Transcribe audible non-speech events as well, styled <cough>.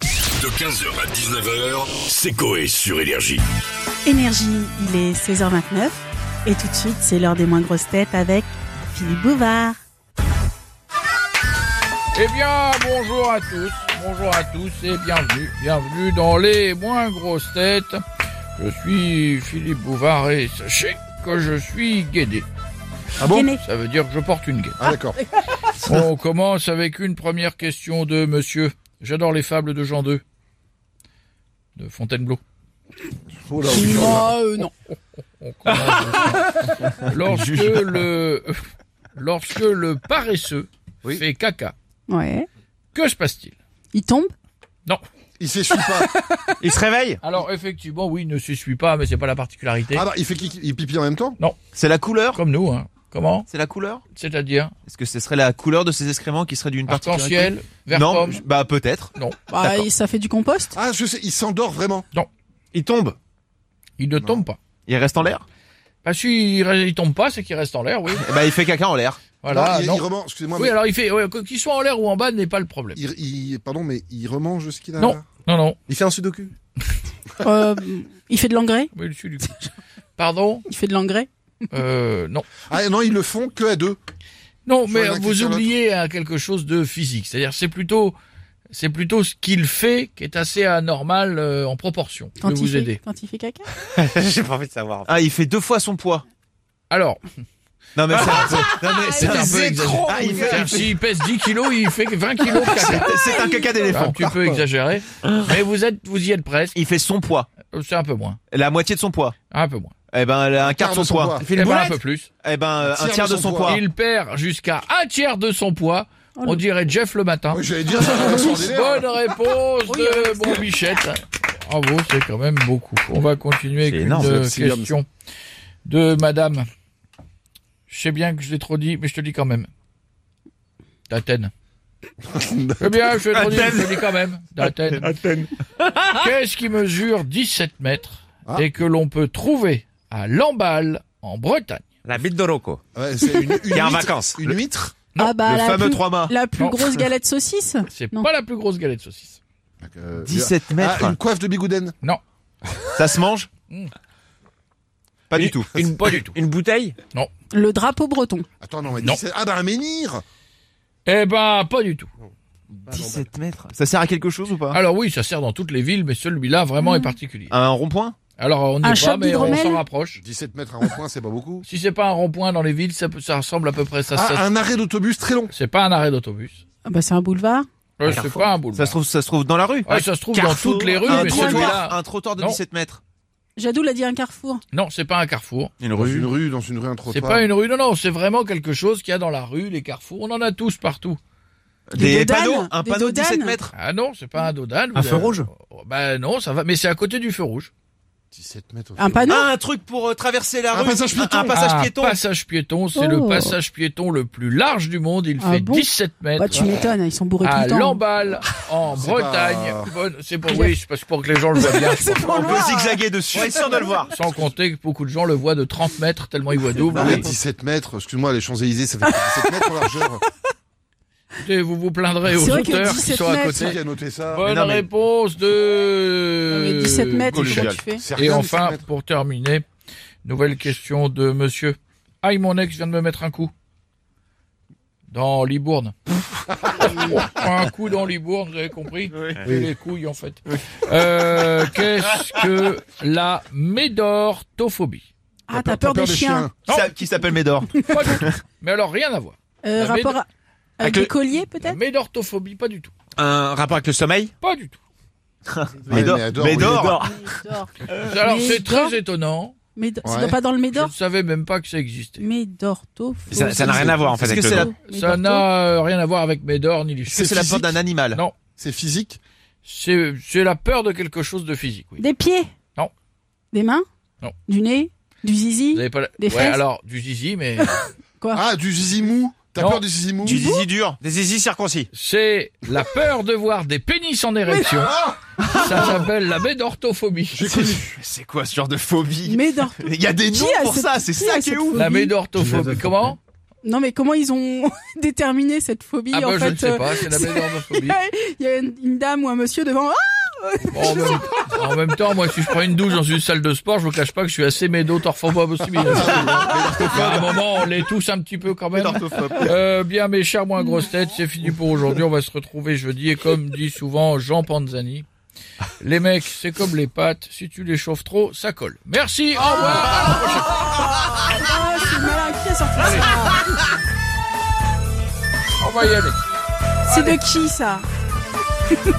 De 15h à 19h, c'est Coé sur Énergie. Énergie, il est 16h29 et tout de suite c'est l'heure des moins grosses têtes avec Philippe Bouvard. Eh bien, bonjour à tous, bonjour à tous et bienvenue, bienvenue dans les moins grosses têtes. Je suis Philippe Bouvard et sachez que je suis guédé. Ah bon Guéné. Ça veut dire que je porte une guêpe. Ah d'accord. On commence avec une première question de monsieur. J'adore les fables de Jean II. De Fontainebleau. Oh là, oui, oh là. non. lorsque le, lorsque le paresseux Oui. fait caca, Ouais. que se passe-t-il? Il tombe Non. Il s'essuie pas. <laughs> Il se réveille Alors, effectivement, oui, il ne s'essuie pas, mais c'est pas la particularité. Ah bah, il fait qui il pipi en même temps C'est la couleur Comme nous, hein. Comment? C'est la couleur C'est-à-dire? Est-ce que ce serait la couleur de ces excréments qui serait d'une particularité Arc-en-ciel, vert Non, pomme. je- bah peut-être. Non. Bah, D'accord. il- ça fait du compost Ah je sais, il s'endort vraiment. Il tombe. Il ne tombe pas. Il reste en <laughs> l'air Bah, si il, re- il tombe pas, c'est qu'il reste en l'air, oui. Eh ben il fait caca en l'air. Voilà. non, il, non. il remange, excusez-moi, Oui, mais alors il fait, ouais, que- qu'il soit en l'air ou en bas n'est pas le problème. il, il- pardon mais il remange ce qu'il a Non. là Non, non. Il fait un sudoku <laughs> Euh, Il fait de l'engrais Oui, le sud du coup. Pardon? Il fait de l'engrais Euh, non. Ah non, ils le font que à deux. Non, Je mais vois l'un qui vous tire l'autre. oubliez hein, quelque chose de physique. C'est-à-dire, c'est plutôt, c'est plutôt ce qu'il fait qui est assez anormal euh, en proportion. Je quand, vais il vous fait- aider. quand il fait caca <laughs> J'ai pas envie de savoir. Ah, il fait deux fois son poids. Alors, Non mais c'est un peu- <laughs> non, mais c'est c'est un un- peu exagéré. Ah, il fait- C'est-à-dire, S'il pèse 10 kilos, il fait 20 <laughs> kilos de caca. C'est un caca C'est un d'éléphant. petit peu exagéré. Ah. Mais vous êtes, vous y êtes presque. Il fait son poids. Euh, C'est un peu moins. La moitié de son poids. Un peu moins. Eh ben la- un quart de son poids. Eh ben, un peu plus. Eh ben euh, un tiers de son poids. Il perd jusqu'à un tiers de son poids. Oh, On le- dirait Jeff le matin. Oui, j'allais dire ça Bonne réponse de bon Bichette. Bravo, c'est quand même beaucoup. On va continuer avec C'est une énorme, euh, c'est énorme. question de madame. Je sais bien que je l'ai trop dit, mais je te le dis quand même. <laughs> D'Athènes. Eh bien, je te le dis, je te le dis quand même. D'Athènes. <laughs> Qu'est-ce qui mesure 17 mètres Ah. et que l'on peut trouver à Lamballe, en Bretagne La bite de Rocco. Ouais, c'est une, une Qui est en huître. vacances. Une huître Ah bah Le la fameux plus, trois mâts. la plus Non. grosse galette saucisse C'est Non. pas la plus grosse galette saucisse. Euh, 17 ah, mètres. une coiffe de bigouden. Ça se mange Mm. Pas du tout. Une, pas du tout. Une bouteille Le drapeau breton. Attends, non, mais Non. 17 Ah bah un menhir Eh ben, pas du tout. 17 mètres. Ça sert à quelque chose ou pas Alors oui, ça sert dans toutes les villes, mais celui-là vraiment est particulier. Un rond-point Alors on n'y Hmm. Un est pas, choc mais on d'hydromel s'en rapproche. 17 mètres à rond-point, c'est pas beaucoup. Si c'est pas un rond-point dans les villes, ça, peut- ça ressemble à peu près ça. ça- Ah, un arrêt d'autobus très long. C'est pas un arrêt d'autobus. Ah bah c'est un boulevard. Euh, Un c'est carrefour. pas un boulevard. Ça se trouve, ça se trouve dans la rue. Ouais, ça se trouve dans toutes les rues, un mais trottoir, celui-là. un trottoir de Non. 17 mètres. Jadou l'a dit un carrefour. Non, c'est pas un carrefour. Une Dans une rue, dans une rue, un C'est trottoir. pas une rue. Non, non, c'est vraiment quelque chose qu'il y a dans la rue, les carrefours. On en a tous partout. Des, Des dodanes, panneaux, un des panneau de 17 dodanes. mètres. Ah non, c'est pas un dodane. Un feu rouge Ben non, ça va. Mais c'est à côté du feu rouge. 17 mètres. Un panneau Ah, un truc pour euh, traverser la Un rue. passage piéton. Un passage Un piéton. Ah, Passage piéton, c'est le Oh. passage piéton le plus large du monde. Il Ah fait bon 17 mètres. Bah tu m'étonnes, ils sont bourrés tout à le temps. <laughs> Lamballe, en C'est Bretagne. pas- Bonne- C'est pour, oui, c'est parce- pour que les gens le voient <laughs> bien. je C'est pense. pour On le peut voir. zigzaguer dessus. On est sûr de le voir. Sans compter que beaucoup de gens le voient de 30 mètres tellement ils voient double. Bah, Non, mais 17 mètres, excuse-moi, les Champs-Élysées, ça fait 17 mètres en largeur. Et vous vous plaindrez aux C'est vrai que auteurs qui 17 sont à mètres. C'est qui côté. a noté ça Bonne non, mais- réponse de... Mais 17 mètres, Gaulle. comment tu fais C'est Et rien, enfin, 17 mètres. pour terminer, nouvelle question de monsieur. Aïe, mon ex vient de me mettre un coup. Dans Libourne. un coup dans Libourne, vous avez compris Et les couilles, en fait. Euh, Qu'est-ce que la médortophobie Ah t'as peur des chiens. Non. Ça- Qui s'appelle Médor. Pas du tout. Mais alors, rien à voir. Euh, La Rapport à- avec Avec des le- colliers La peut-être médortophobie, pas du tout. Un rapport avec le sommeil Pas du tout. Ouais, Médor. mais adore, oui. Médor. Médor. Euh, Alors, c'est très étonnant. Médor. Ça Ouais. doit pas dans le Je ne Médor savais même pas que ça existait. Médortophobie. Ça ça n'a rien à voir en fait Est-ce avec que le c'est Ça nom. la- n'a euh, rien à voir avec Médor ni les Est-ce que c'est la peur physique d'un animal Non. C'est physique C'est c'est la peur de quelque chose de physique, oui. Des pieds Non. Des mains Non. Du nez Du zizi Vous avez pas la- Des ouais, fesses alors du zizi, mais Ah, du zizi mou T'as Non. peur du zizi mou Du zizi dur. Des zizi circoncis. c'est la peur de voir des pénis en érection. Ça s'appelle la médortophobie. J'ai connu. C'est quoi ce genre de phobie <laughs> Médor. Il y a des Qui noms a pour cette- ça, c'est qui ça a qui est cette ouf. phobie La médortophobie, comment Non mais comment ils ont <laughs> déterminé cette phobie Ah en ben je fait ne sais euh, pas, c'est la c'est- médortophobie. Il y a une dame ou un monsieur devant. Ah Bon, en, même, en même temps, moi, si je prends une douche dans une salle de sport, je vous cache pas que je suis assez médo-torphobe <laughs> aussi. mais, euh, Il y a un moment, on l'est tous un petit peu quand même. Euh, bien, mes chers moins grosses têtes, c'est fini pour aujourd'hui. On va se retrouver jeudi. Et comme dit souvent Jean Panzani, les mecs, c'est comme les pâtes. Si tu les chauffes trop, ça colle. Merci. Au revoir. Ah, je suis mal inquiet sur tout ça. On va y aller. C'est de qui ça heures.